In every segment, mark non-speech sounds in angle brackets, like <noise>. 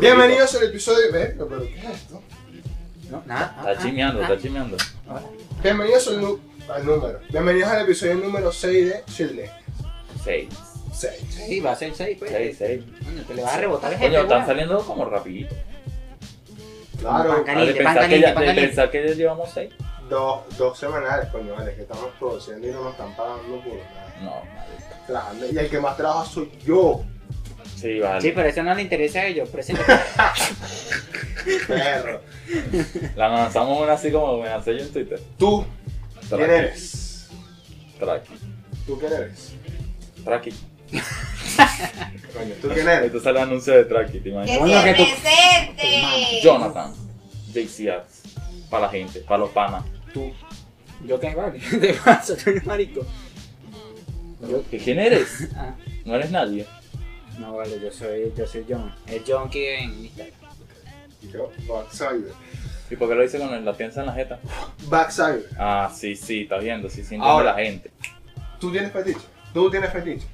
Bienvenidos al episodio. ¿Ve? ¿Pero qué es esto? No, nada. Está chimeando, está chimeando. Bienvenidos al, nu- al número. Bienvenidos al episodio número 6 de Chile. 6, 6. Sí, va a ser 6, pues. 6, 6. Coño, te le vas a rebotar el jefe, Coño, están weón. saliendo como rapidito. Claro, Pan Caliente, Vale, pensar pan que caliente, ya- pan de caliente. pensar que ya llevamos 6. dos, dos semanales, coño, vale, que estamos produciendo y no nos están pagando por nada. No, marico. Trabajando. Y el que más trabaja soy yo. Sí, vale. Sí, pero eso no le interesa a ellos. Preséntate. <laughs> Perro. La lanzamos una así como me lancé yo en Twitter. Tú, Traqui, ¿quién eres? Traqui. ¿Tú quién eres? Traqui. Coño, ¿tú quién eres? Entonces el anuncio de Traqui, ¿te ¡Que imaginas? Coño, se que tú- presente! Jonathan, JC Arts. Para la gente, para los panas. Tú. Yo qué vale. <laughs> Te paso, tú eres marico. Yo- ¿Que ¿Quién eres? ah, No eres nadie. no vale, yo soy, yo soy John. Es John que en Instagram. Yo, Backside. ¿Y por qué lo dice con el- la tensa en la jeta? Backside. Ah, sí, sí, estás viendo, sí, sí, entiendo Ahora. la gente. ¿Tú tienes fetiche? ¿Tú tienes fetiche?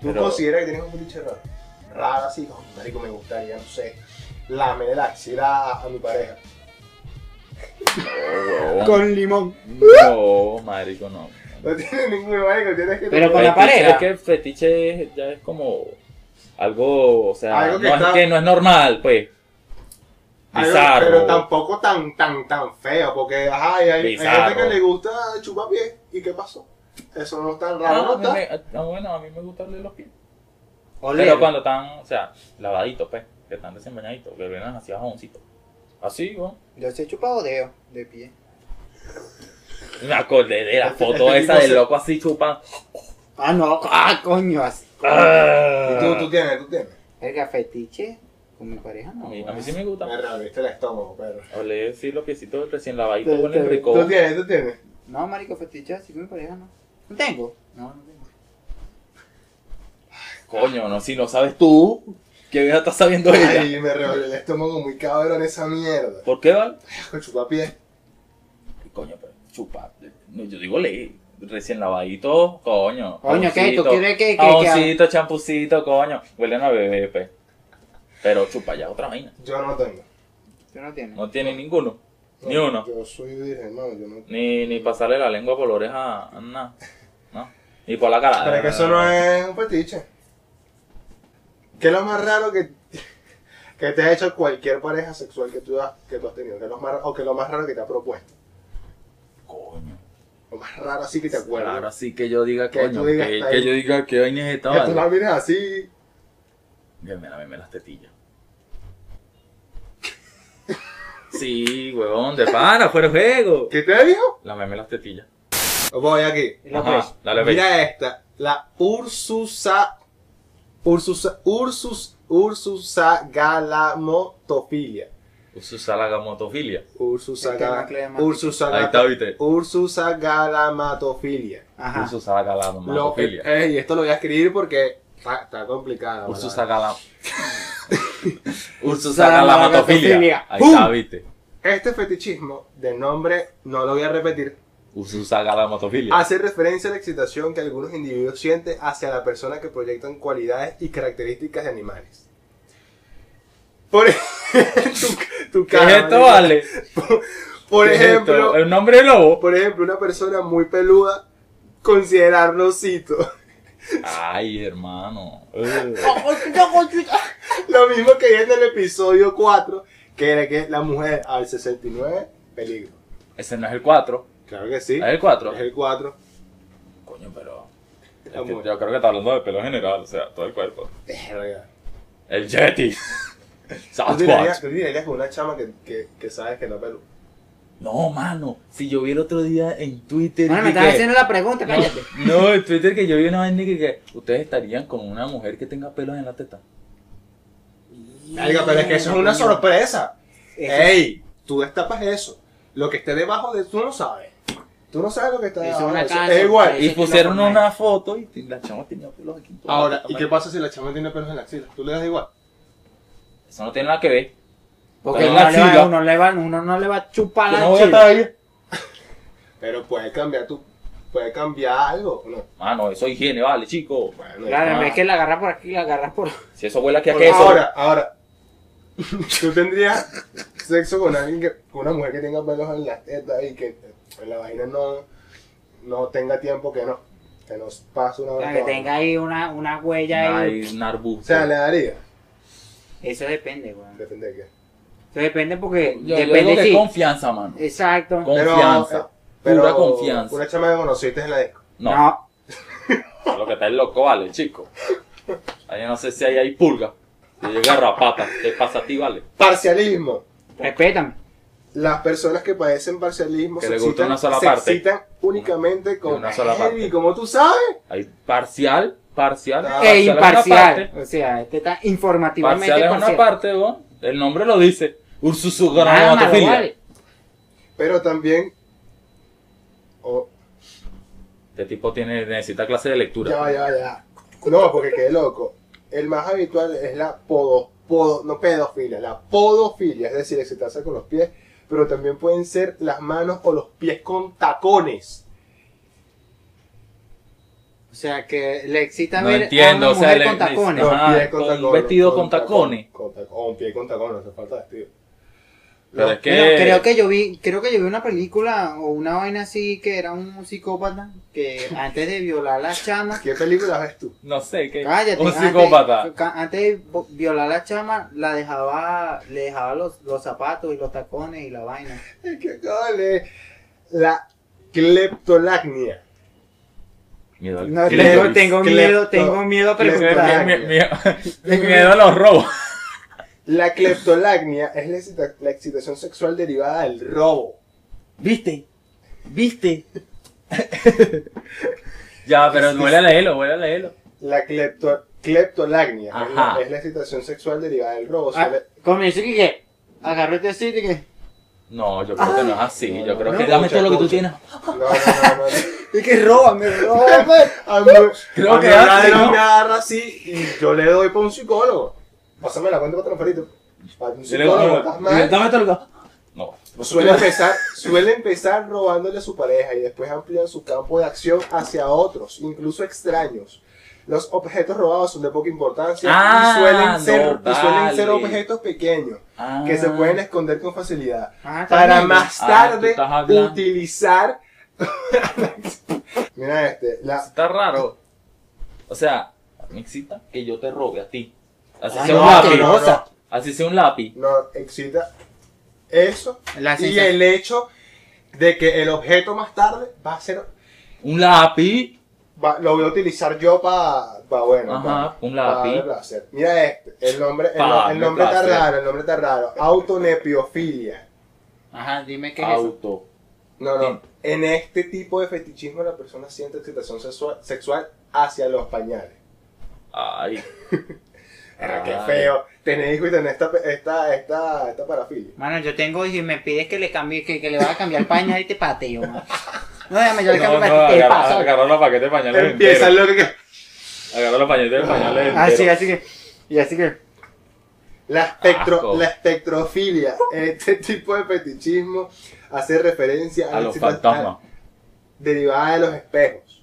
¿Tú Pero- consideras que tienes un fetiche raro? Raro así, como, marico, me gustaría, no sé, lamerle la axila a mi pareja. No, Oh, huevón. Con limón. No, marico, no. No tienes ninguno, marico, tienes que... Pero con la Fetiche, pareja. Es que el fetiche es- ya es como algo, o sea, Algo que no está- es que no es normal, pues. Algo- Bizarro. Pero tampoco tan, tan, tan feo, porque ajá, hay, hay gente Bizarro. que le gusta chupar pie. ¿Y qué pasó? Eso no es tan Ah, raro, ¿no a mí está? me- ah, bueno, a mí me gusta leer los pies. Olé. Pero cuando están, o sea, lavaditos, pues, que están desenvainaditos, que vienen así a jaboncito. Así, weón. Yo soy chupado deo de pie. Me acordé de la Este- foto este esa tipo del se- loco así chupando. Ah, no. Ah, coño. así. Ah. ¿Y tú, tú tienes, tú tienes? Verga, fetiche con mi pareja no. A mí, a weón. mí sí me gusta. Me reviste el estómago, pero... Hablé sí los piecitos recién lavaditos Te- con el te- rico. ¿Tú tienes, tú tienes? No, marico, fetiche así con mi pareja no. ¿No tengo? No, no tengo. Coño, no, si no sabes tú, que bien estás sabiendo ella. Ay, me revolvió el estómago muy cabrón esa mierda. ¿Por qué, vale? Chupar pie. Coño, pero chupa. No, yo digo leí. Recién lavadito, coño. Coño, ¿qué? ¿Tú jaboncito, quieres que- que- que- Jaboncito, champucito, coño. Huelen a bebé, pues. Pero chupa ya otra vaina. Yo no tengo. ¿Tú no tienes? No tiene ninguno. Ni uno. Yo soy virgen, no, yo no. Ni, ni pasarle la lengua por la oreja a nada. No. Ni por la cara. Pero es que eso no Ah. es un fetiche. ¿Qué es lo más raro que, <laughs> que te ha hecho cualquier pareja sexual que tú has, que tú has tenido? ¿Qué es lo más, o que lo más raro que te ha propuesto? Coño. Lo más raro así que te acuerdas. Claro, así que yo diga, Que coño. tú Que, digas, está que ahí. yo diga que vaina es esta, que tú vale. las miras así. Que me la las tetillas. Sí, huevón, de pana, fuera de juego. ¿Qué te dijo? Lameme las tetillas. Voy aquí. ¿Y lo Ajá, ves? dale, ve. Mira esta. La Ursusa. Ursusa. Ursus. Ursusa galamotofilia. Ususa la gamotofilia. Ursusa, El tema ga- climático. Ursusa, Ahí está, viste. Ursusa galamatofilia. Ajá. Ususa la Lo, eh, gamotofilia. eh, y esto lo voy a escribir porque está, está complicado. Ursusa ¿verdad? <laughs> gala. Ursusa Ursula galamatofilia. galamatofilia. Ahí está, ¡Pum! viste. Este fetichismo de nombre, no lo voy a repetir, Ususa galamatofilia. hace referencia a la excitación que algunos individuos sienten hacia la persona que proyectan cualidades y características de animales. Por <laughs> ejemplo, tu, tu ¿Qué cara, es esto, marico. vale? Por ¿Qué es ejemplo, esto? ¿El nombre de lobo? por ejemplo, una persona muy peluda, considerarlo osito. Ay, <laughs> hermano. Lo mismo que vi en el episodio 4, que era que la mujer al 69, peligro. Ese no es el 4. Claro que sí. ¿Es el 4? Es el 4. Coño, pero. es La que mujer. Yo creo que está hablando de pelo general, o sea, todo el cuerpo. Verga. El Yeti. <laughs> ¿Tú dirías, Sasquatch. tú dirías con una chama que, que, que sabes que no peluda? No, mano. Si yo vi el otro día en Twitter. Bueno, me que- estás haciendo la pregunta, cállate. No, en Twitter que yo vi una vez que, que ustedes estarían con una mujer que tenga pelos en la teta. Verga, pero es que eso es una sorpresa. Eso- Ey, tú destapas eso. Lo que esté debajo de tú no sabes. Tú no sabes lo que está Eso es debajo una de eso. cancha, Es igual. pues. Y Eso es pusieron lo normal. una foto y t- la chama tenía pelos aquí. en toda la Ahora, teta, ¿y qué marico. pasa si la chama tiene pelos en la axila? ¿Tú le das igual? Eso no tiene nada que ver. Porque Pero uno, así, le va, la- uno, le va, uno no le va a chupar Yo Ah, la no voy a chela. estar ahí. Pero puede cambiar tu. Puede cambiar algo, ¿no? Mano, eso es higiene, vale, chico. Bueno, Claro, Ah. en vez que la agarras por aquí, la agarras <laughs> por. Si eso huele aquí a Bueno, queso. Ahora, ahora. <laughs> Tú tendrías sexo con alguien que, con una mujer que tenga pelos en las tetas y que en la vaina no, no tenga tiempo que no. Que nos pase una O vez. sea, que por año. tenga ahí una, una huella ahí. Ay, un arbusto. O sea, le daría. Eso depende, weón. Depende de qué. Eso depende porque. yo, yo depende digo que si. confianza, mano. Eh, Exacto. Con- Pero, Confianza. eh, Pero, Pura confianza. Una chama que conociste en la disco. No, no. lo que está es loco, vale, chico. Ahí no sé si ahí hay pulga. Si hay garrapata. ¿Qué pasa a ti, vale? Parcialismo. Respétame. Las personas que padecen parcialismo Que se le gusta excitan, una sola se parte. excitan únicamente con una sola heavy, parte. como tú sabes. Hay parcial, parcial. Ah, parcial e es una imparcial. parte. O sea, este está Parcial informativamente es parcial. una parte, ¿no? El nombre lo dice. Ursusu Nada malo, granulatofilia. vale. Pero también. o- Este tipo tiene, necesita clase de lectura. Ya va, ya va, ya va. No, porque quedé loco. El más habitual es la podo, podo, no pedofilia, la podofilia, es decir, excitarse con los pies, pero también pueden ser las manos o los pies con tacones. O sea, que le excita No ver entiendo, a o una sea, mujer le- con le- tacones. Los Ajá, pies con- vestido con tacones. con tacón, o un pie con tacones, no hace falta vestido. Pero No, es que. Bueno, creo que yo vi, creo que yo vi una película o una vaina así que era un psicópata <laughs> que antes de violar a la chama, ¿Qué película ves tú? No sé, que. cállate, un antes- psicópata. ca- antes de vo- violar a la chama, la dejaba, le dejaba los, los zapatos y los tacones y la vaina. Es que acabo de leer La cleptolacnia. Miedo al- No, Clepto- tengo, tengo clepto- miedo, tengo miedo a clepto- preguntar. Mie- mie- <laughs> Tengo miedo a los robos. <laughs> La cleptolacnia es la excita- la excitación sexual derivada del robo. ¿Viste? ¿Viste? ya, pero huele a leerlo, huele a leerlo. La clepto, cleptolagnia es Ajá. la, es la excitación sexual derivada del robo. Ah, <laughs> Suele- Comienzo que que agarré este sitio y que, No, yo creo que no es así. Yo creo No, que. no, escucha, escucha. No, no, no, no. y que <laughs> róbame, róbame. no. A mí- Creo a mí que un hace, ladrón ¿no? me agarra así y yo le doy para un psicólogo. Pásame la cuenta para transferirte. Para un Yo le digo, psicólogo, no, estás no, mal. dame todo No. Suele empezar, <laughs> suele empezar robándole a su pareja y después amplían su campo de acción hacia otros, incluso extraños. Los objetos robados son de poca importancia Ah, y, suelen ser, no, y suelen ser vale. objetos pequeños Ah. que se pueden esconder con facilidad. Ah, está para bien. más Ah, tú tarde estás hablando. utilizar. <laughs> Mira este, la, Está raro. O sea, me excita que yo te robe a ti. Así Ay, sea no, un lápiz. que no. Así sea un lápiz. no excita eso La y sensación. el hecho de que el objeto más tarde va a ser, Un lápiz. va- lo voy a utilizar yo para, bueno, Ajá, un pa- pa lápiz. darle placer. Mira este, el nombre, el, Pa no- el darle nombre está placer. raro, el nombre está raro, autonepiofilia. Ajá, dime qué es eso. Auto. No, no. En este tipo de fetichismo la persona siente excitación sexual, sexual hacia los pañales. <laughs> Ay. Ay. Era qué feo. Tener hijos y tener esta, esta, esta, esta parafilia. Mano, yo tengo y me pides que le cambie, que, que le vaya a cambiar pañal y te pateo, mano. No, déjame, yo le No, cambio no, pañal y te agarra, paso. agarra los paquetes de pañales Empieza enteros. lo que. Agarra los paquetes de pañales enteros. Ah, Así, así que, y así que, La, espectro- Asco. la espectrofilia. <laughs> Este tipo de fetichismo hace referencia A la los excitación fantasmas. Derivada de los espejos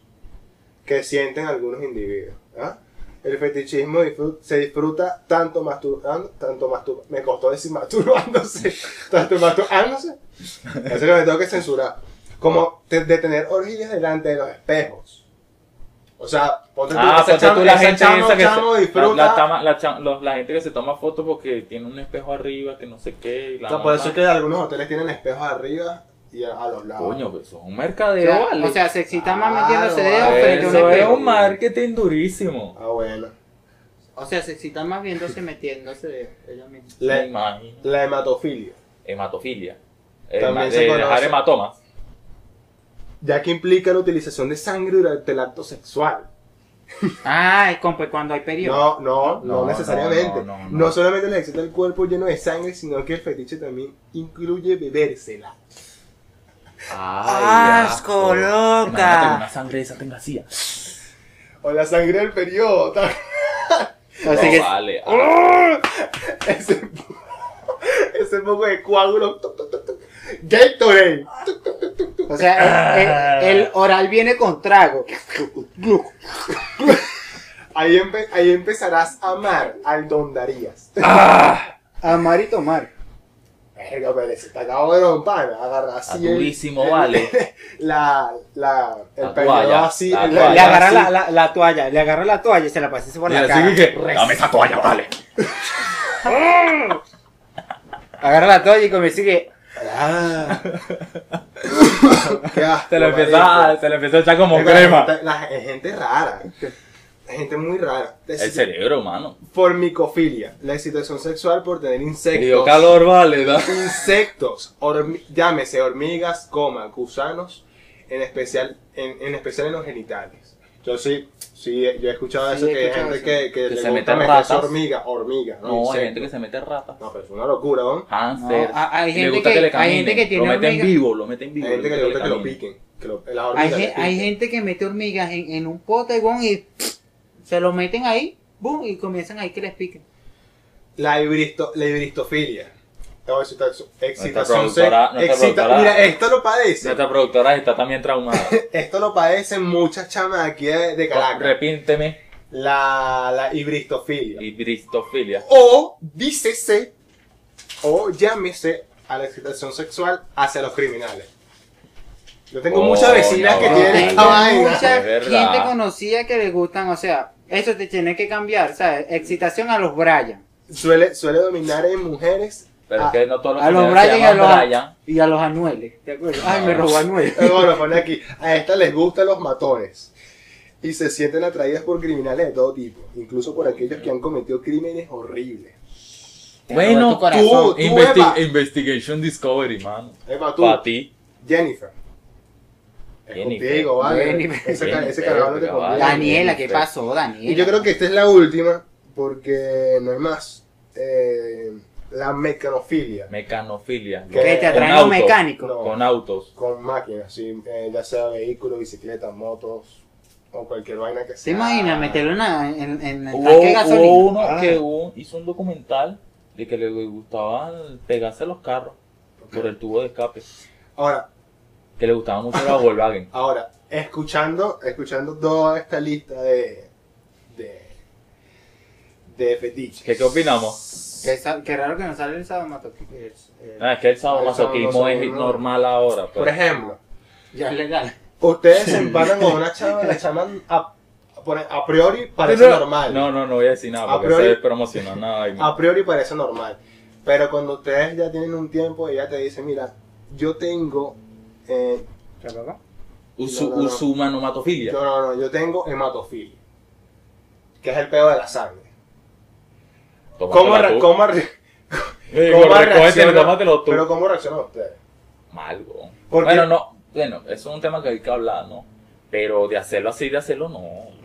que sienten algunos individuos. ¿ah? El fetichismo disfrut- se disfruta tanto masturbando, tanto mastur- me costó decir masturbándose, <laughs> tanto masturbándose, eso que me tengo que censurar, como te- de tener orgías delante de los espejos. O sea, ponte tú, Ah, esa pero tú chama- la esa gente chama- esa que chamo se, la, disfruta. la, chama- la cha- los- la gente que se toma fotos porque tiene un espejo arriba que no sé qué. Y la O sea, por eso mamá- es que algunos hoteles tienen espejos arriba y a, a los lados. Coño, pues eso es un o mercadeo, sea, vale. o sea, se excita más Claro, metiéndose dedos vale. frente a un eso es espejo. un marketing durísimo. Ah, bueno. O sea, se excita más viéndose metiéndose dedos, ella misma. La, Me imagino. la hematofilia. Hematofilia. Eh, También ma- se de conoce. dejar hematomas. Ya que implica la utilización de sangre durante el acto sexual. Ah, es como pues, cuando hay No, periodo. no, no, No, necesariamente. no, No, no, no. solamente les excita el cuerpo lleno de sangre, sino que el fetiche también incluye bebérsela. Ay, Asco, loca. Imagínate Una sangre de esa tenga así. O la sangre del periodo. <laughs> tal. Así No, Oh, que, vale. Ese, ese <laughs> ese poco de coágulos. Tuc, tuc, tuc, tuc. Gatorade. O sea, el, el- Ah. el oral viene con trago. Gluc. Ahí, empe- ahí empezarás a amar al Don Darías. <laughs> Amar y tomar. Verga, pero se te acabó de romper. Agarra Está así. el- durísimo, vale. <laughs> La, la, el La peinado toalla, así. la el- toalla. Le agarra así. la, la- la toalla, le agarra la toalla y se la pasa así por Y la así cara. que, dame esa toalla, vale. Agarra la toalla y comienza y que. Ah. Qué asco, Se lo marico. empieza, se lo empieza a echar como Tengo crema. La, la- la gente rara. La gente muy rara. Es- El cerebro, humano. Formicofilia. La excitación sexual por tener insectos. Dio calor, vale. da. Insectos. hormi- llámese hormigas, coma, gusanos. En especial en, en especial en los genitales. Yo sí, sí, yo he escuchado Sí, eso he que hay escuchado gente eso. que, que Que le se gusta meten meterse ratas. hormiga, hormiga, no, No, hay insecto. gente que se mete rata. No, pero es una locura, ¿no? Hamster. No, a- hay Y gente le gusta que, que- le hay caminen. gente que tiene Lo meten hormigas. vivo, lo meten Hay vivo. gente que le gusta que lo caminen. piquen. Que lo- las Hay, hormigas gen- le piquen. hay gente que mete hormigas en, en un pote, weón, y se lo meten ahí, boom, y comienzan ahí que les piquen. La, ibristo- la ibristofilia. No, excitación. excitación productora- sex- nuestra excita- productora- Mira, esto lo padece. Nuestra productora está también traumada. Esto lo padecen muchas chamas de aquí de, Oh, de Caracas. Repínteme. La, la ibristofilia. Y bristofilia. O dícese, o llámese a la excitación sexual hacia los criminales. Yo tengo Oh, muchas vecinas no. que Tiene tienen Hay esta Tengo vaina. mucha Es verdad. gente conocida que les gustan, o sea, eso te tiene que cambiar, ¿sabes? Excitación a los Brian. Suele, suele dominar en mujeres. Pero Ah, es que no todos los A los señores se Brian y a los, llaman Brian. Ah, y a los Anueles. ¿Te acuerdas? Ay, me robó Anuel. Eh, Bueno, pone aquí. A esta les gustan los matones. Y se sienten atraídas por criminales de todo tipo. Incluso por aquellos que han cometido crímenes horribles. Bueno, Bueno, tu corazón. tú, tú, investi- Eva. Investigation Discovery, mano. Eva, tú, Para ti. Jennifer. Es Jennifer. contigo, vale. Jennifer. Ese, ca- ese Jennifer, carajo no te pero conviene. vale. Daniela, ¿qué pasó, Daniela? Y yo creo que esta es la última, porque no hay más. Eh, la mecanofilia. Mecanofilia. que- que te atraen Con los autos. mecánicos. No. Con autos. Con máquinas, sí, eh, ya sea vehículos, bicicletas, motos o cualquier vaina que ¿Te sea. imaginas meterlo en, la- en- en el Hubo, tanque de gasolina? hubo uno Ah. que hubo- hizo un documental de que le gustaba pegarse a los carros por el tubo de escape. Ahora, Que le gustaba mucho la <laughs> Volkswagen. ahora, escuchando, escuchando toda esta lista de. de. de fetiches. ¿Qué, qué opinamos? Qué, sa- qué raro que no sale el sadomasoquismo. es- eh, es- No, es que el sadomasoquismo El es sadomasoquismo no. normal ahora. pues. Por Pero ejemplo, Ya es legal. ustedes se empanan con una chava, la chaman a, e, a priori parece No, no. normal. No, no, no voy a decir nada A porque priori- Ah, se promociona nada. ahí. A priori parece normal. Pero cuando ustedes ya tienen un tiempo, ella te dice, mira, yo tengo... eh, Usu, No, no, no. usumanomatofilia. no, no, no, yo tengo hematofilia. Que es el pedo de la sangre. Tómatela ¿Cómo, re- tú. cómo re- Eh, cómo gordo, cógetelo, reacciona- tómatelo tú. Pero cómo reaccionan ustedes? Mal, weón. ¿Por Bueno, qué? no, bueno, eso es un tema que hay que hablar, ¿no? Pero de hacerlo así, de hacerlo, no.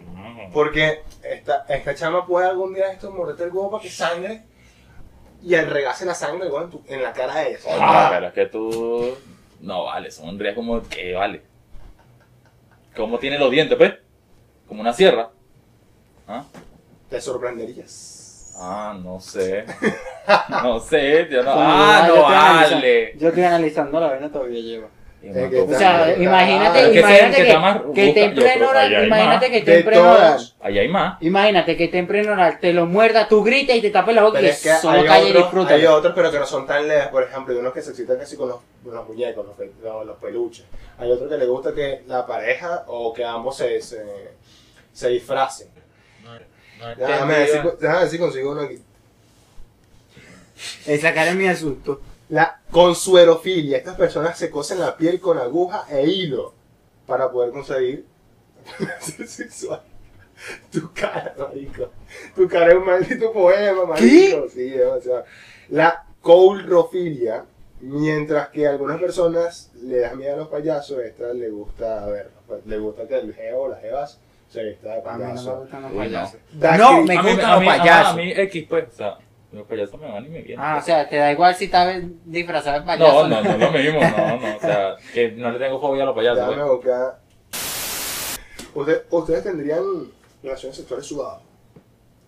Porque esta, esta chama puede algún día esto morderte el huevo para que sangre y al regarse la sangre igual en, tu- en la cara de ella. Coño, Ah, pero es que tú. No, vale, son rías como que vale. ¿Cómo tiene los dientes, pues? Como una sierra. ¿Ah? Te sorprenderías. Ah, no sé. No sé, yo <laughs> no. Como Ah, legal, no yo estoy analizando- vale. Yo estoy analizando la vaina todavía lleva. O Ah, sea, está- imagínate, ah, que imagínate sea- que, que está más que busca- esté en yo creo que pleno oral, ahí hay imagínate más. que esté en De pleno oral. todas- Ahí hay más. Imagínate que esté en pleno oral, te lo muerda, tú gritas y te tapes la boca Pero y es que solo hay, calla y otros, disfruta. hay otros, pero que no son tan leves. Por ejemplo, hay unos que se excitan casi con los, con los muñecos, los, pe- los- los peluches. Hay otros que les gusta que la pareja o que ambos se, se, se disfracen. Déjame ver, si, Entendido. déjame ver si consigo uno aquí. Esa cara me asustó. La consuerofilia. Estas personas se cosen la piel con aguja e hilo para poder conseguir <laughs> placer sexual. Tu cara, marico. Tu cara es un maldito poema, marico. Sí, o sea, la coulrofilia. Mientras que a algunas personas le da miedo a los payasos, a estas le gusta verlos. pues, Le gusta que el geo o las jevas se vista de A mí no me payaso. gustan los Uy, no. payasos. Da No, que- me- A mí- gustan a los mí- ajá, payasos. A mí, X, pues, o sea, los payasos me van y me vienen. Ah, o sea, te da igual si estás disfrazado de payaso. No, no, no es lo mismo, no, no, o sea, que no le tengo fobia a los payasos. Déjame pues. buscar. Usted- ustedes tendrían relaciones sexuales sudadas.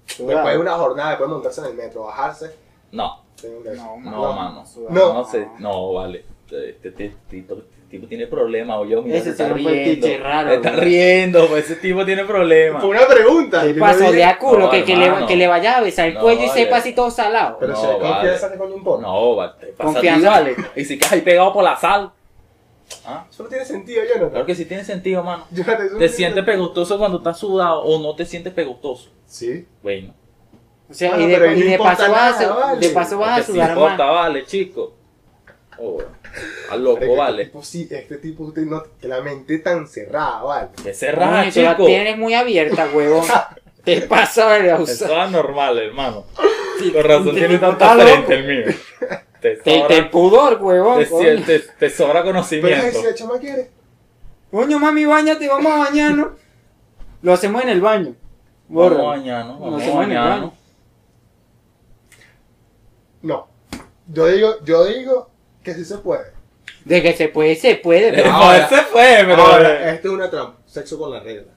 Sudado. Después de una jornada, después de montarse en el metro, bajarse, No, Tengo que No, No, mano. mano. No. No sé, no, vale. Este, este tipo, este tipo tiene problemas, o yo, mira, Ese se está sí no fue el riendo. tiche raro, Se está güey. riendo, pues, ese tipo tiene problemas. Fue una pregunta. ¿Qué yo no Paso dije- de a culo, No, que, que, le, hermano. que le vaya a besar el No, cuello y vale. sepa así todo salado. Pero No, si hay confianza, vale. te coño importa. No, vale, te pasa a ti, Confianza. vale. <laughs> Y si quedas ahí pegado por la sal. Ah, Eso no tiene sentido, Jonathan. claro que sí tiene sentido, mano. Jonathan, eso no ¿Te tiene sientes pegostoso cuando estás sudado o no te sientes pegostoso? Sí. Bueno, O sea, Bueno, y de, pero ahí y no de importa paso, vas a, nada, su- vale. de paso vas a porque sí sudar importa, más. vale, chico. Oh, bueno. Al Marico, loco, este vale. tipo sí, este tipo usted no, que la mente tan cerrada, vale. Que Coño, cerrada, tú la chico. tienes muy abierta, <laughs> huevón. Te pasa de <laughs> la Eso usa- es normal, hermano. Con razón tiene tanta Está loco. frente el mío. Te Te, sobra, te pudor, huevón. te sie- Coño. te- te sobra Pero ay, si conocimiento. la chama quiere. Coño, mami, bañate, vamos a bañarnos. Lo hacemos en el baño. Borra. Vamos mañana, vamos se mueve, mañana. hermano. No. Yo digo, yo digo que sí se puede. De que se puede, se puede. Eh, pero- <laughs> No, ese fue, pero. Ahora, Eh. esto es una trampa. Sexo con la regla.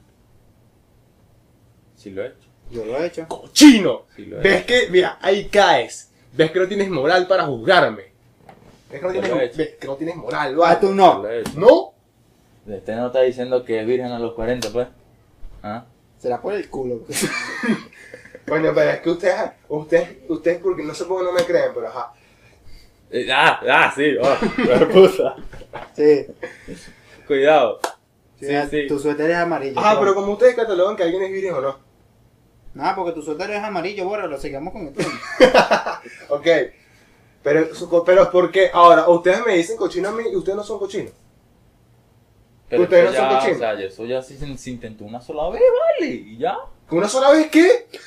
Sí lo he hecho. Yo lo he hecho. ¡Cochino! Sí lo he Ves que, mira, ahí caes. Ves que no tienes moral para juzgarme. Ves que Yo no Pues tienes, lo he hecho. ves que no tienes moral, Ah, tú Sí vale. <laughs> no. lo he hecho. ¿No? Este no está diciendo que es virgen a los 40, pues. ¿Ah? Será por el culo. <laughs> Bueno, pero es que ustedes, ustedes, ustedes porque no sé por qué no me creen, pero ajá. Eh, Ah, ah, sí. <laughs> ah, la puta. Sí. Cuidado. Sí, Sí, sí. Ah, Tu suéter es amarillo. Ajá, pero Borra. como ustedes catalogan que alguien es virgen o no. Nada, porque tu suéter es amarillo, borra, lo sigamos con el <laughs> tema. Ok. Pero, su- pero ¿por qué? Ahora, ustedes me dicen cochino a mí y ustedes no son cochinos. Pero Ustedes eso no son ya, cochinos. o sea, eso ya sí se, se intentó una sola vez, vale. Y ya. ¿Una sola vez qué? <laughs>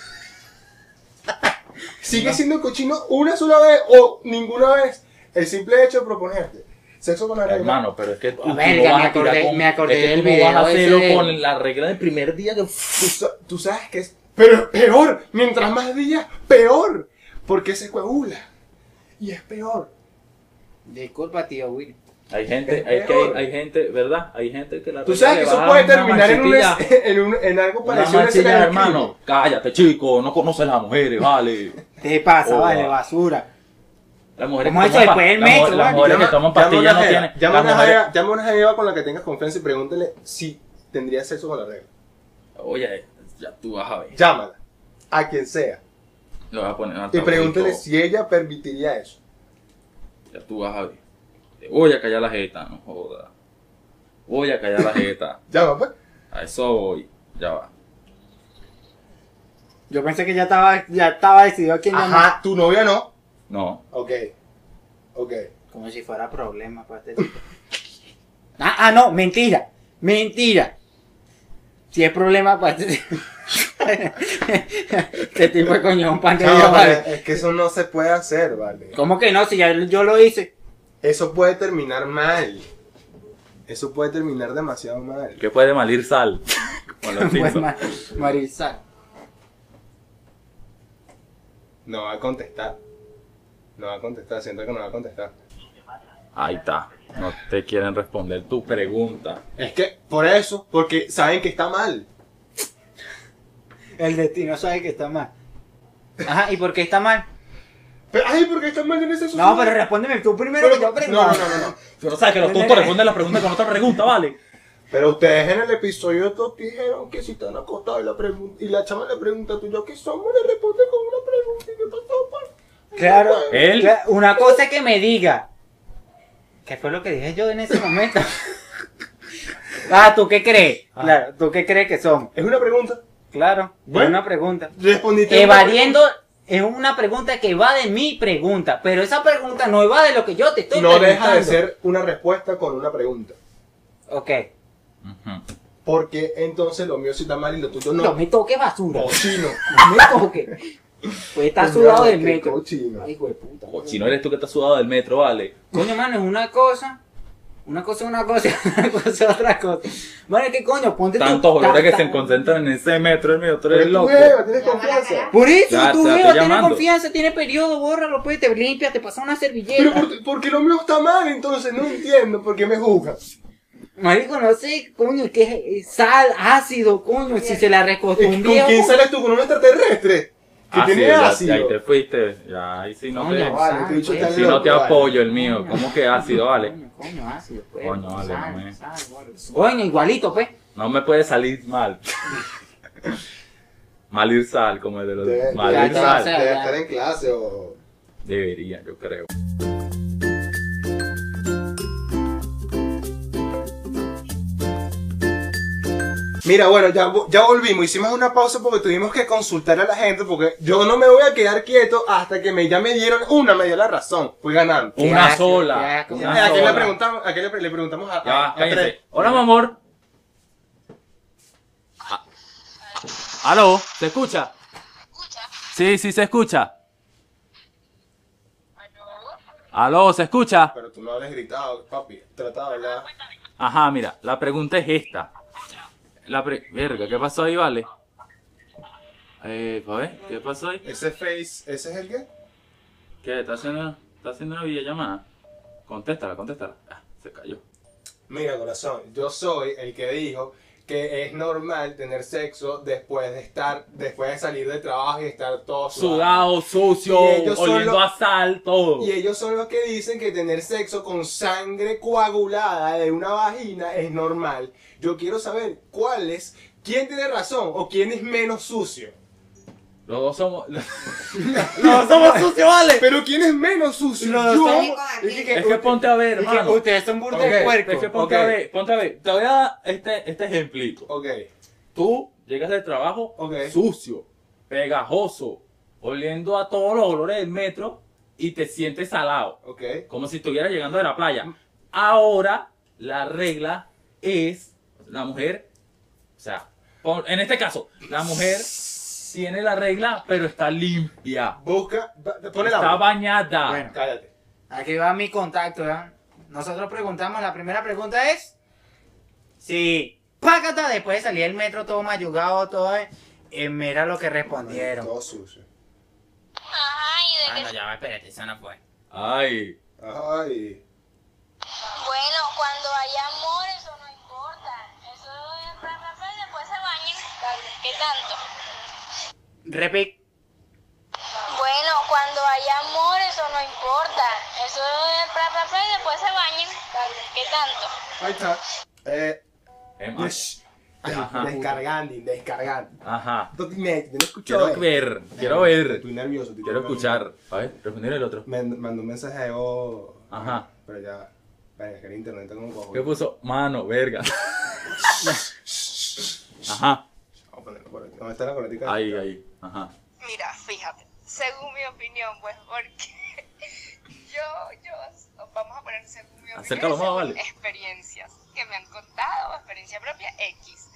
¿Sigue siendo cochino una sola vez o ninguna vez? El simple hecho de proponerte sexo con la regla. Hermano, pero es que tú, tú Ah, Verga, no vas me a tirar acordé- con- me acordé es que del tú no vas a video hacerlo ese de- con la regla del primer día que... Tú, sa- tú sabes que es. Pero es peor. Mientras más días, peor. Porque se coagula. Y es peor. Disculpa, tío Will. Hay gente, Es hay, que hay, peor. hay gente, ¿verdad? Hay gente que la Tú regla sabes le que eso baja puede una terminar en, un es- <laughs> manchetilla. en, un- en algo Una parecido a una escena manchilla, de hermano. Cállate, chico, no conoces a las mujeres, vale. Te pasa, Oh, vale, va. basura. Las mujeres Vamos que a toman echar pa- después el las mu- metro, las vale. mujeres que Llama- toman llama pastillas una no jeva- tienen. Llama a las una mujeres- jeva- llama a una jeva con la que tengas confianza y pregúntale si tendría sexo con la regla. Oye, ya tú vas a ver. Llámala. A quien sea. Lo vas a poner en Y altavoz pregúntale todo. si ella permitiría eso. Ya tú vas a ver. Te voy a callar la jeta, no joda. Voy a callar la jeta. Llama, pues. A eso voy. Ya va. Yo pensé que ya estaba, ya estaba decidido a quién llamar. Ajá, tu novia no. No. Ok. Ok. Como si fuera problema para este tipo. pues, <laughs> Ah, ah, no, mentira. Mentira. Si es problema, pues. <laughs> este tipo de coño, es un pan de Dios, No, vale. vale, es que eso no se puede hacer, vale. ¿Cómo que no? Si ya yo lo hice. Eso puede terminar mal. Eso puede terminar demasiado mal. ¿Qué puede malir sal? <laughs> Con los <laughs> Pues, Simpsons. ma- Marisal. No va a contestar. No va a contestar, siento que no va a contestar. Ahí está. No te quieren responder tu pregunta. Es que, por eso, porque saben que está mal. El destino sabe que está mal. Ajá, ¿y por qué está mal? Pero, ay, porque está mal en ese No, pero respóndeme tú primero que yo no, no, no, no, no. Tú no sabes que los tontos responden la pregunta con otra pregunta, ¿vale? Pero ustedes en el episodio dos dijeron que si están acostados y la, pregun- y la chama le pregunta tú yo qué somos, le responde con una pregunta y "Pues, qué pasó, pa? Claro. pues". Él. Cla- Una cosa que me diga. ¿Qué fue lo que dije yo en ese momento? ah, ¿tú qué crees? Claro, ¿tú qué crees que somos? Es una pregunta. Claro, Bueno. es una pregunta. Respondiste. una Evadiendo es una pregunta que va de mi pregunta, pero esa pregunta no va de lo que yo te estoy pregunta. No deja de preguntando. ser una respuesta con una pregunta. Ok. Porque entonces lo mío sí está mal y lo tuyo No, no. me toques basura. Cochino. No me toques. Pues está sudado del Qué metro. cochino. Ay, hijo de puta. Cochino eres tú que estás sudado del metro, ¿vale? Coño, mano, es una cosa. Una cosa es una cosa, <laughs> una cosa es otra cosa. Mano, es que coño, ponte tu- Tantos olores ta- que ta- se concentran en ese metro, el metro Pero es tú, loco. Eva, tienes confianza. Por eso, Ya, tu te la veo, estoy tiene llamando. confianza, tiene periodo, bórralo, pues, te limpias, te pasa una Pero servilleta. por, porque lo mío está mal, entonces no entiendo por qué me juzgan. Marico, no sé, coño, que es sal, ácido, coño, si se la recostó ¿Con un viejo. quién sales tú? ¿Con un extraterrestre? Que tiene Ah, ya- ácido. ahí te fuiste. Ya, ahí sí no Coño, te, No, vale, este bicho Sí, está si no te loco, vale. apoyo el mío. ¿Cómo que ácido, vale? Coño, coño, ácido, pues. Coño, vale, Sal, no me- sal, guarda. Coño, igualito, pues. No me puede salir mal. <laughs> mal ir sal, como el de Debe, los. debe Mal ir ya, estar, ya, sal. ya. debe estar en clase o. Debería, yo creo. Mira, bueno, ya, vo- ya volvimos. Hicimos una pausa porque tuvimos que consultar a la gente porque yo no me voy a quedar quieto hasta que me, ya me dieron una, me dio la razón. Fui ganando. Qué Una asco, qué sola. asco. Eh, una ¿A quién le sola. preguntamos? ¿A quién le, pre- le preguntamos? A, Ya a- va, a tres? cállense. Hola, mi amor. Ah. ¿Aló? ¿Se escucha? Sí, sí, se escucha. ¿Aló? ¿Se escucha? Pero tú no hables gritado, papi. Trata de hablar. Ajá, mira, la pregunta es esta. La pre- Verga, ¿qué pasó ahí, vale? Eh, pa' ver, ¿qué pasó ahí? ¿Ese face, ese es el qué? ¿Qué? ¿Está haciendo, está haciendo una videollamada? Contéstala, contéstala. Ah, se cayó. Mira, corazón, yo soy el que dijo que es normal tener sexo después de estar, después de salir de trabajo y estar todo Sudado, sucio, Y ellos son oliendo los- a sal, todo. Y ellos son los que dicen que tener sexo con sangre coagulada de una vagina es normal. Yo quiero saber cuál es, quién tiene razón o quién es menos sucio. Los dos somos... ¡No somos sucios, vale! <laughs> Pero quién es menos sucio. No, yo. son- Y que- Es que ponte a ver, hermano. Ustedes son burda Ok, de Es que puerco. ponte ok. a ver, ponte a ver. Te voy a dar este, este ejemplito. Ok, Tú llegas del trabajo Ok. sucio, pegajoso, oliendo a todos los olores del metro y te sientes salado. ok. Como si estuvieras llegando de la playa. Ahora, la regla es la mujer, o sea, pon- en este caso, la mujer tiene la regla, pero está limpia. Busca, ba- pon el Está audio. bañada. Bueno. Cállate. Aquí va mi contacto, ¿verdad? Nosotros preguntamos, la primera pregunta es... Si... Págata, después de salir del metro todo mayugado, todo... eh, eh, mira lo que respondieron. Todo sucio. Ajá, y de Ah, que, no, ya va, espérate, eso no fue. Ay, Ay. bueno, cuando hay amor, eso no importa. Eso es bla, bla, bla, y después se bañan. ¿Qué tanto? Repic. Bueno, cuando hay amor, eso no importa. Eso es bla, bla, bla, y después se bañan. ¿Qué tanto? Ahí está. Eh, es más. yes. Ajá. Descargando, descargando. Ajá. No, me, yo no escucho, Quiero eh. ver, quiero ver. Estoy nervioso. estoy Quiero nervioso. escuchar. A ver, responder el otro. Me mandó un mensaje de voz. Ajá. Pero ya. Vaya, que el internet está como cojo. ¿Qué puso? Mano, <laughs> verga. Ajá. Vamos a ponerlo por aquí. ¿Dónde está la coletica? Ahí, ahí. Ajá. Mira, fíjate, según mi opinión, pues, porque <laughs> yo, yo, vamos a poner según mi opinión, Acércalo más, según vale. experiencias que me han contado, experiencia propia, X.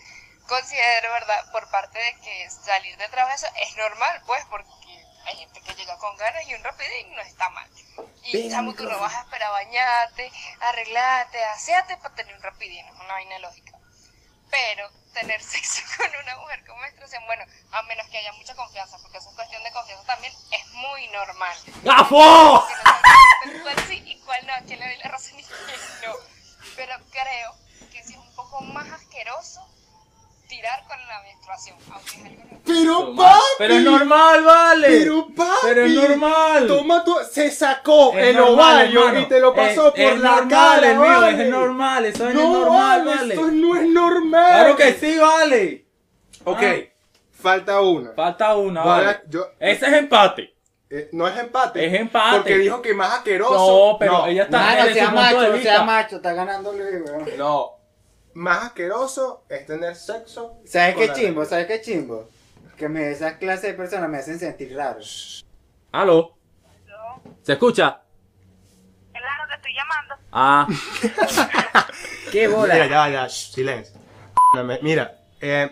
Considero, ¿verdad?, por parte de que salir de trabajo eso es normal, pues, porque hay gente que llega con ganas y un rapidín no está mal. Y chamo, tú no vas a esperar a bañarte, arreglarte, aseate para tener un rapidín, es una vaina lógica. Pero tener <laughs> sexo con una mujer con menstruación, bueno, a menos que haya mucha confianza, porque eso es cuestión de confianza también, es muy normal. ¡Gafo! Que no sabes cuál sí y cuál no, quién le doy la razón y <laughs> quién no. Pero creo que sí es un poco más asqueroso tirar con la menstruación, aunque es algo normal. Pero papi. Pero es normal, vale. Pero papi. Pero es normal. Toma tu. Se sacó Es el normal, ovario hermano. y te lo pasó Es- por es la normal, cara. el mío, vale. es normal, eso es No normal, vale, vale. Esto no es normal. Claro que sí, vale. Ok. Ah. Falta una. Falta una, Ahora, vale. yo- Ese es empate. Eh, no es empate. Es empate. Porque dijo que más asqueroso. No, pero ella está Mano, desde su sea punto de macho, vista. sea macho, está ganándole, weón. No. Más asqueroso es tener sexo. ¿Sabes con qué la- chimbo? ¿Sabes qué chimbo? Que me, esas clases de personas me hacen sentir raro. ¿Aló? ¿Se escucha? Claro, te estoy llamando. Ah. ¡Qué Mira, bola! ya, ya, shh, silencio. Mira, eh,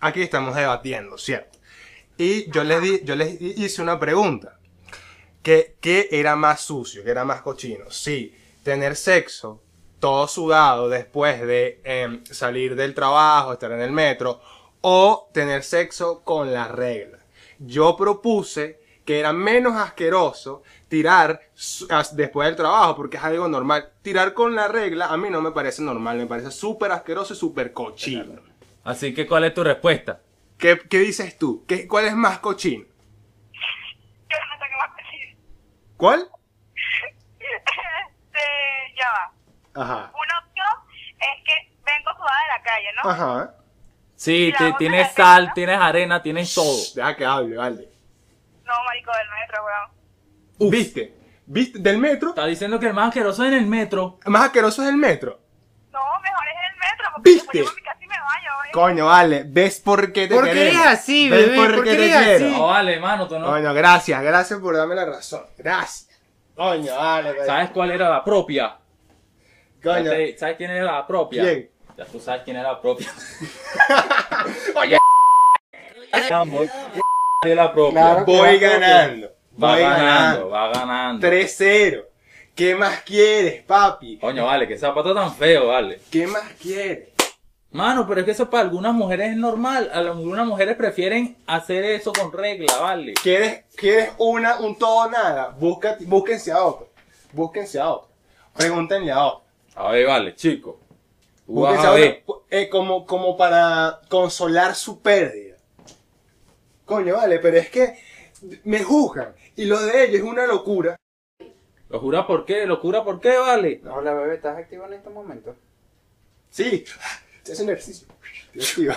aquí estamos debatiendo, ¿cierto? Y yo les, di, yo les hi- hice una pregunta. ¿Qué, ¿Qué era más sucio? ¿Qué era más cochino? Sí, tener sexo todo sudado después de em, salir del trabajo, estar en el metro, o tener sexo con la regla. Yo propuse que era menos asqueroso tirar su- as- después del trabajo, porque es algo normal. Tirar con la regla a mí no me parece normal, me parece súper asqueroso y súper cochino. Así que, ¿cuál es tu respuesta? ¿Qué, qué dices tú? ¿Qué, ¿Cuál es más cochino? ¿Cuál? Este, ya va. Ajá. Una opción es que vengo sudada de la calle, Ah. ¿no? Ajá. Sí, La te- otra tienes es sal, esa. tienes arena, tienes todo. Deja que hable, vale. No, marico, del metro, weón. ¿Viste? ¿Viste? Del metro. Está diciendo que el más asqueroso es en el metro. Más asqueroso es el metro. No, mejor es el metro, porque ¿Viste? después yo a mi casa y me baño, ¿eh? Coño, vale. ¿Ves por qué te ¿Por qué queremos? eres así, ¿Ves bebé? por ¿Por qué qué te eres quiero? así? No vale, mano, tú no. Coño, gracias. Gracias por darme la razón. Gracias. Coño, vale. vale. ¿Sabes cuál era la propia? eh. Coño. Ya te- ¿Sabes quién era la propia? ¿Quién? Ya tú sabes quién era la propia. <laughs> <laughs> Oye. Amor, de la propia. Claro. Voy Te va ganando. Va Voy ganando, va ganando. 3-0. ¿Qué más quieres, papi? Coño, vale, que zapato tan feo, vale. ¿Qué más quieres? Mano, pero es que eso para algunas mujeres es normal. Algunas mujeres prefieren hacer eso con regla, vale. ¿Quieres, quieres una, un todo o nada? Busca, búsquense a otro. Búsquense a otro. Pregúntenle a otro. A ver, vale, chico. Tú vas Búsquense a a ver. otro eh, como, como para consolar su pérdida. Coño, vale, pero es que me juzgan. Y lo de ellos es una locura. ¿Lo jura por qué? ¿Lo jura por qué, vale? Hola, bebé, ¿estás activa en estos momentos? Sí. Estoy haciendo ejercicio. Estoy activo.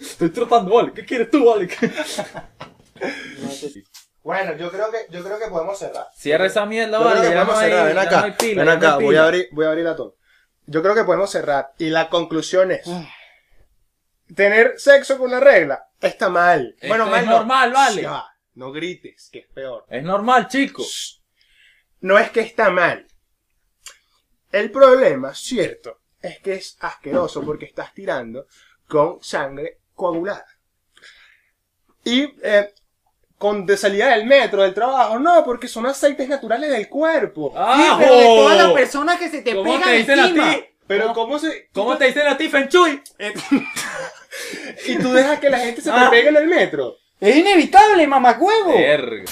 Estoy tratando, vale. ¿Qué quieres tú, vale? Bueno, yo creo que, yo creo que podemos cerrar. <laughs> Cierra esa mierda, Yo creo vale. que Ya no podemos hay, cerrar. ya Ven no hay acá. pila, Ven ya no acá. hay Voy a pila. abrir, voy a abrir la toma. Yo creo que podemos cerrar. Y la conclusión es: tener sexo con una regla está mal. Esto bueno, es mal no. normal, vale. Ya va, no grites, que es peor. Es normal, chico. No es que está mal. El problema, cierto, es que es asqueroso porque estás tirando con sangre coagulada. Y eh, con de salida del metro, del trabajo, no, porque son aceites naturales del cuerpo. Sí, ¡Ajo! pero de todas las personas que se te ¿Cómo pegan te dicen a encima. ti? Pero ¿Cómo- ¿cómo se...? Ah. ¿Cómo te dicen a ti, Fenchuy? Y tú dejas que la gente se <laughs> te Ah. pegue en el metro. ¡Es inevitable, mamacuevo! Verga. <laughs>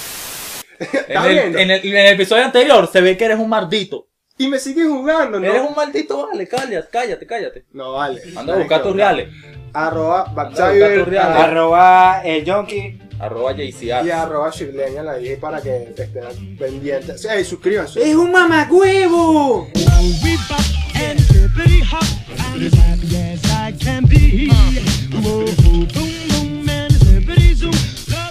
En el, Oh. viendo? en, el, en el episodio anterior se ve que eres un maldito. Y me sigues jugando, Eres ¿no? un maldito, vale, cállate, cállate, cállate. No, vale. Anda a buscar tus reales. Arroba buscar tus Backtiber, reales. Arroba el yonki. Arroba JCR. y arroba Shirleña la dije para que te estén pendientes. Sí, suscríbanse. ¡Es un mamacuevo! and bippity hop. I'm as happy as I can be.